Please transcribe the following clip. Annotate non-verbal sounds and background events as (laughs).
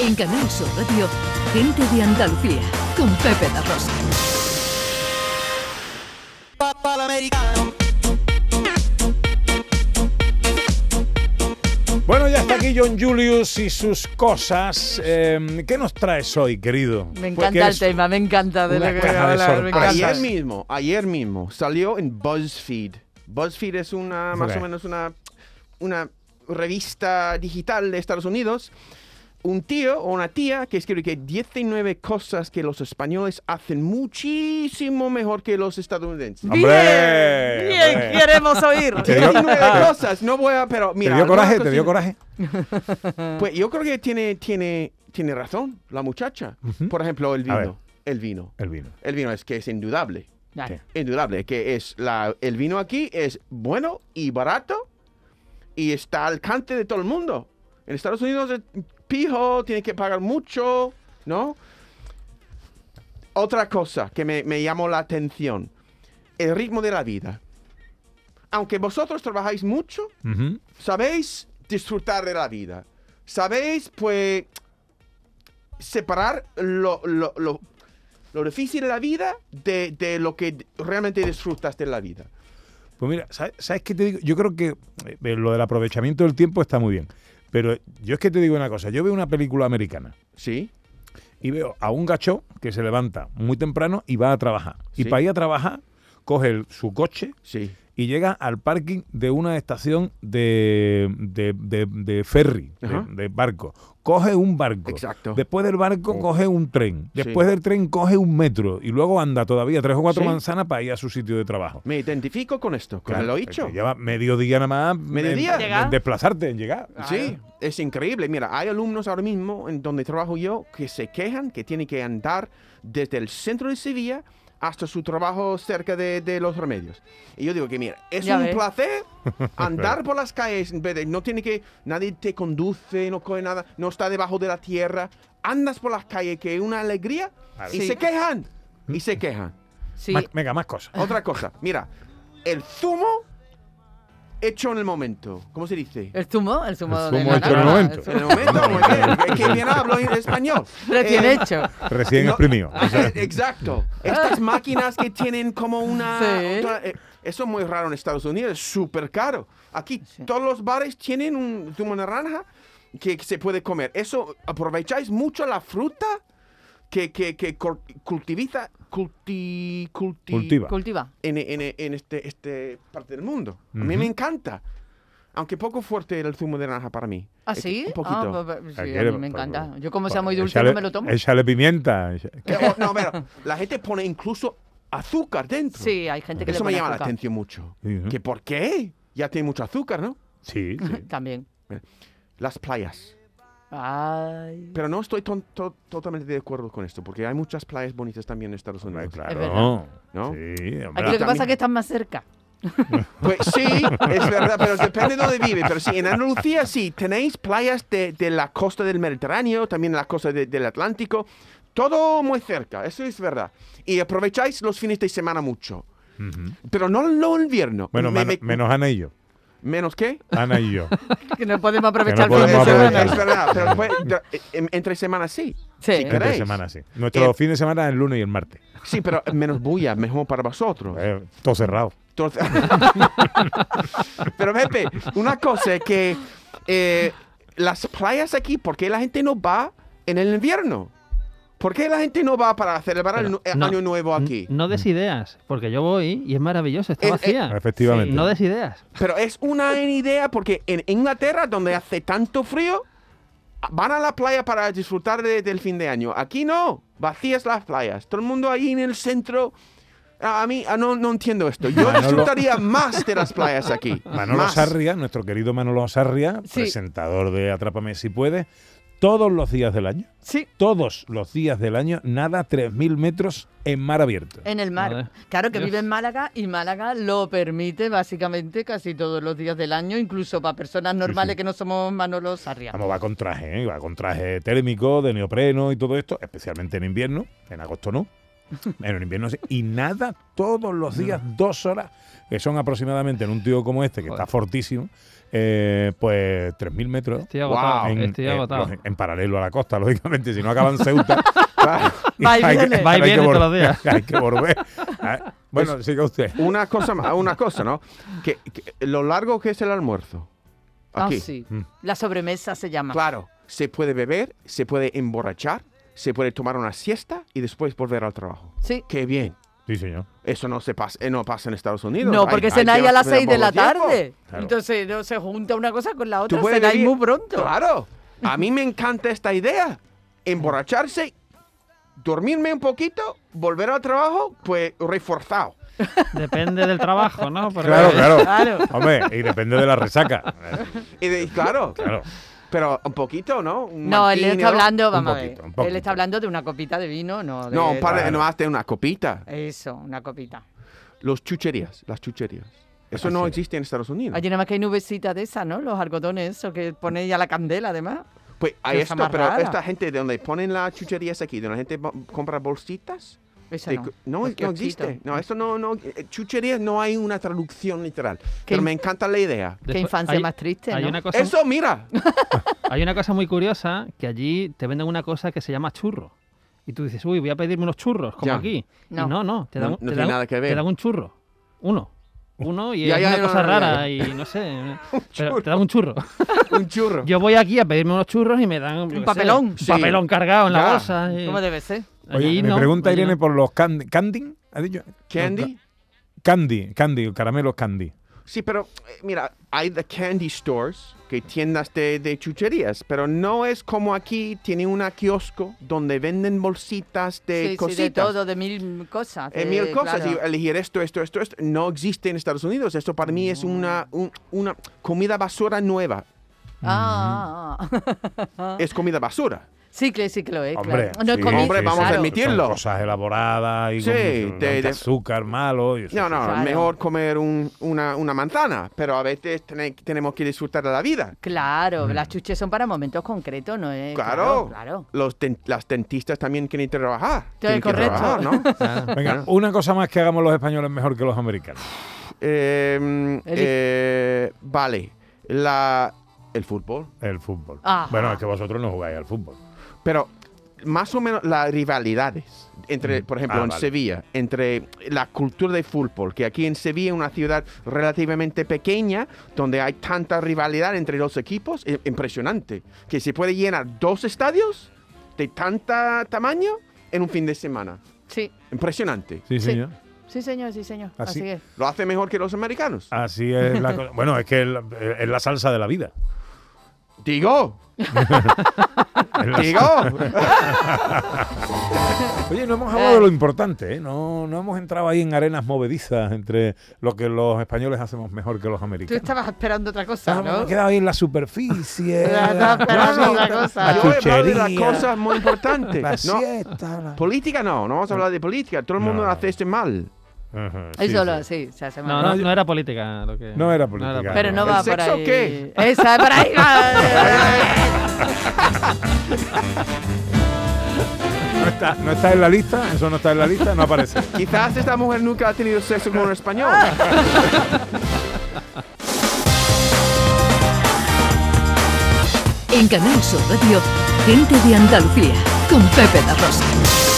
En Canal Sur Radio, Gente de Andalucía, con Pepe da Rosa. Bueno, ya está aquí John Julius y sus cosas. Eh, ¿Qué nos traes hoy, querido? Me Porque encanta el eres tema, me encanta de Pues una lo que caja de hablar, me sorpresas. encanta. Ayer mismo, ayer mismo, salió en BuzzFeed. BuzzFeed es una, más Ok. o menos una, una revista digital de Estados Unidos. Un tío o una tía que escribe que 19 cosas que los españoles hacen muchísimo mejor que los estadounidenses. Hombre, Bien, bien, hombre. queremos oír. (laughs) Te dio- Ah. 19 cosas, no voy a, pero ¿Te mira. dio algunas coraje? ¿Te dio cositas- coraje? pues yo creo que tiene, tiene, tiene razón la muchacha. Ujú. Por ejemplo, el A ver. vino. El vino. El vino. El vino es que es indudable. Claro. Indudable, que es la, el vino aquí es bueno y barato y está al alcance de todo el mundo. En Estados Unidos es pijo, tiene que pagar mucho, ¿no? Otra cosa que me, me llamó la atención, el ritmo de la vida. Aunque vosotros trabajáis mucho, Ujú. sabéis disfrutar de la vida. Sabéis, pues, separar lo, lo- lo- lo difícil de la vida de, de lo que realmente disfrutas de la vida. Pues mira, ¿sabes, sabes qué te digo? Yo creo que eh, lo del aprovechamiento del tiempo está muy bien. Pero yo es que te digo una cosa. Yo veo una película americana ¿Sí? y veo a un gacho que se levanta muy temprano y va a trabajar. Y Sí. para ir a trabajar, coge el- su coche Sí. y llega al parking de una estación de, de, de- de ferry, de, Ajá. de barco. Coge un barco. Exacto. Oh. Después del barco coge un tren. Sí. Después del tren coge un metro. Y luego anda todavía tres o cuatro Sí. manzanas para ir a su sitio de trabajo. Me identifico con esto, con Claro, lo es hecho. que Lleva medio día nada más en- ¿Mediodía? en, Llegar. desplazarte, en llegar. Ah, Sí, es increíble. Mira, hay alumnos ahora mismo en donde trabajo yo que se quejan que tienen que andar desde el centro de Sevilla hasta su trabajo cerca de, de los remedios. Y yo digo que, mira, es Ya un ves. placer andar por las calles en vez de, no tiene que, nadie te conduce, no coge nada, no está debajo de la tierra. Andas por las calles que es una alegría Claro. y Sí. se quejan, y (laughs) se quejan. Sí, Más- venga, (laughs) más cosas. Otra cosa, mira, el zumo hecho en el momento. ¿Cómo se dice? el zumo, el zumo, El de zumo la hecho en el naranja, momento. En el zumo. momento, muy bien. Que- Que bien hablo en español. Recién Eh, hecho. Recién no- (laughs) exprimido. (laughs) O sea, Exacto. Estas máquinas que tienen como una... Sí. otra- eh, eso es muy raro en Estados Unidos, es súper caro. Aquí Sí. todos los bares tienen un zumo de naranja que se puede comer. Eso, aprovecháis mucho la fruta que, que, que cor- cultiviza, culti, culti- Cultiva. Cultiva. en, en- en este, este parte del mundo. A mí Ujú. me encanta. Aunque poco fuerte el zumo de naranja para mí. ¿Ah, Es que sí? Un Ah, poquito. pa- pa- sí, a quiere- mí me pa- encanta. pa- Yo como pa- sea muy dulce Pues, échale- no me lo tomo. (laughs) Échale pimienta. Eh, o- no, pero la gente pone incluso azúcar dentro. Sí, hay gente que le Eso me pone llama la azúcar. atención mucho. Sí, ¿no? ¿Que por qué? Ya tiene mucho azúcar, ¿no? (laughs) Sí, Pues, sí. También. Las playas. Ay. Pero no estoy ton- to- totalmente de acuerdo con esto, porque hay muchas playas bonitas también en Estados Hombre, Unidos. claro. verdad. ¿No? Sí, hombre. Aquí lo que pasa también- es que están más cerca. (laughs) Pues (laughs) sí, es verdad, pero depende de dónde vive. Pero sí, en Andalucía sí, tenéis playas de, de la costa del Mediterráneo, también la costa de- del Atlántico, todo muy cerca, eso es verdad. Y aprovecháis los fines de semana mucho, Ujú. pero no no el invierno. Bueno, Me- mano- me- menos Ana y yo. ¿Menos qué? Ana y (laughs) yo. Que no podemos aprovechar el fin podemos de Eso semana. aprovechar. es verdad, pero pues, ya, en- entre semanas sí. Sí. ¿Qué Entre queréis? semana, sí. Nuestro Eh, fin de semana es el lunes y el martes. Sí, pero menos bulla, mejor para vosotros. Eh, todo cerrado. Entonces- (laughs) pero Pepe, una cosa es que eh, las playas aquí, ¿por qué la gente no va en el invierno? ¿Por qué la gente no va para celebrar el, nu- el No, año nuevo aquí? No des ideas, porque yo voy y es maravilloso, está Eh, eh, vacía. Efectivamente. No des ideas. Pero es una idea porque en Inglaterra, donde hace tanto frío, van a la playa para disfrutar de- del fin de año. Aquí no, vacías las playas. Todo el mundo ahí en el centro. A a mí a no, no entiendo esto. Yo Manolo- disfrutaría más de las playas aquí. (laughs) Manolo más. Sarria, nuestro querido Manolo Sarria, Sí. presentador de Atrápame si puedes, todos los días del año, Sí. todos los días del año, nada 3.000 metros en mar abierto. En el mar. Madre. Claro que Dios. vive en Málaga y Málaga lo permite básicamente casi todos los días del año, incluso para personas normales sí. que no somos Manolo Sarria. Vamos, va con (laughs) traje, ¿eh? va con traje térmico, de neopreno y todo esto, especialmente en invierno, en agosto no. Bueno, en invierno sí. Y nada todos los días, dos horas, que son aproximadamente en un tío como este, que Joder. está fortísimo, eh, pues 3.000 metros. Estoy agotado, En, estoy eh, agotado. pues, en- en paralelo a la costa, (laughs) lógicamente, si no acaban (laughs) Ceuta. y Va y (laughs) hay que- viene. Va y hay que viene todos vol- los días. Hay que (laughs) volver. Ah, Bueno, siga usted. Una cosa más, una cosa, ¿no? Que, que lo largo que es el almuerzo. Ah, Aquí. sí. Mm. La sobremesa se llama. Claro, se puede beber, se puede emborrachar, se puede tomar una siesta y después volver al trabajo. Sí. Qué bien. Sí, señor. Eso no se pasa, eh, no pasa en Estados Unidos. No, Hay- porque hay cenáis que a las hacer 6 de la tiempo. tarde. Claro. Entonces no se junta una cosa con la Tú otra. puedes Cenáis vivir- muy pronto. Claro. A mí me encanta esta idea. Emborracharse, dormirme un poquito, volver al trabajo, pues reforzado. Depende del trabajo, ¿no? (laughs) Porque- (laughs) Claro, claro. Claro. Hombre, y depende de la resaca. Eh, Y de- (laughs) claro, Claro. pero un poquito, ¿no? Un No, él martini, está ¿no? hablando, Un vamos poquito, a un ver. Él poquito. está hablando de una copita de vino, no de. No, un par de- Claro. no hazte una copita. Eso, una copita. Los chucherías, las chucherías. Eso Ah, no sí. existe en Estados Unidos. Allí nada más que hay nubecitas de esas, ¿no? Los algodones, eso que pone ya la candela, además. Pues hay Pero esto, está más pero rara. esta gente de donde ponen las chucherías aquí, donde la gente bo- compra bolsitas. Esa de no. Pues co- no, los no existe. kiosquitos. No, esto no, no. eh, Chucherías no hay una traducción literal. Pero in- me encanta la idea. Qué infancia más triste, hay ¿no? Una cosa, (laughs) Eso, mira. Hay una cosa muy curiosa, que allí te venden una cosa que se llama churro. Y tú dices, uy, voy a pedirme unos churros, como Ya. aquí. Y No. no, no, te No- dan, no te tiene dan- nada que ver. te dan un churro. Uno. Uno (laughs) y Ya, es ya, una ya, cosa ya, rara (laughs) ya. y no sé. Pero te dan un churro. Un churro. Yo voy aquí a pedirme unos churros y me dan yo qué sé, papelón. un Sí. papelón cargado en Ya. la bolsa. y- ¿Cómo debe ser? Oye, Allí me no, pregunta allí Irene no. por los candy. ¿Candy? ¿Ha dicho? Candy. Candy, candy, caramelos candy. Sí, pero eh, mira, hay the candy stores, que tiendas de, de chucherías, pero no es como aquí, tiene una kiosco donde venden bolsitas de sí, Eh, cositas. sí, de todo, de mil cosas. Eh, de- mil cosas claro. y elegir esto, esto, esto, esto. No existe en Estados Unidos. Esto para mí es una, un- una comida basura nueva. Ah, ah, mm. (laughs) ah. Es comida basura. sí, que sí que lo es. Hombre, eh, claro. No es sí, comida, Hombre, vamos a claro. admitir- admitirlo. Son cosas elaboradas y Sí, con de- mucho de- azúcar malo. y eso, No, sí, no, Claro. mejor comer un- una, una manzana, pero a veces tene- tenemos que disfrutar de la vida. Claro, las chuches son para momentos concretos, ¿no es? Mm. Eh, Claro, Claro. Los den- las dentistas también quieren trabajar. Tienen que correcto. trabajar, (laughs) ¿no? Claro. Venga, uh. una cosa más que hagamos los españoles mejor que los americanos. Eh, Eli- eh, vale, la, el fútbol. El fútbol. Ajá. Bueno, es que vosotros no jugáis al fútbol. Pero más o menos las rivalidades entre, por ejemplo, Ah, en vale. Sevilla, entre la cultura de fútbol, que aquí en Sevilla es una ciudad relativamente pequeña, donde hay tanta rivalidad entre los equipos, i- impresionante, que se puede llenar dos estadios de tanta tamaño en un fin de semana. Sí, Impresionante. Sí, Sí. señor. sí, señor, sí, señor. ¿Ah, Así- Así, es. Lo hace mejor que los americanos. Así es la (laughs) cosa. Bueno, es que es la- es la salsa de la vida. Digo, Es la- (laughs) digo. Oye, no hemos hablado de lo importante, ¿eh? No, no hemos entrado ahí en arenas movedizas entre lo que los españoles hacemos mejor que los Tú americanos. estabas esperando otra cosa, Ah, Estamos- ¿no? hemos quedado Ah, ahí en la superficie. (laughs) Ya, ya, pero No, es no, otra no. cosa. Yo he hablado de las chuchería, cosas muy importantes. la No, siesta, la- política no, no vamos a hablar de política. Todo el mundo No. hace este mal. Ajá, sí, Eso lo, sí. sí, se hace No, mal. no, yo- no era política. lo que- No era política, Pero no ¿El va por sexo o ahí. qué? Esa, por ahí (laughs) va. No está, Ah, no está en la lista, eso no está en la lista, no aparece. Quizás esta mujer nunca ha tenido sexo con un español. En Canal Sur Radio, gente de Andalucía, con Pepe da Rosa.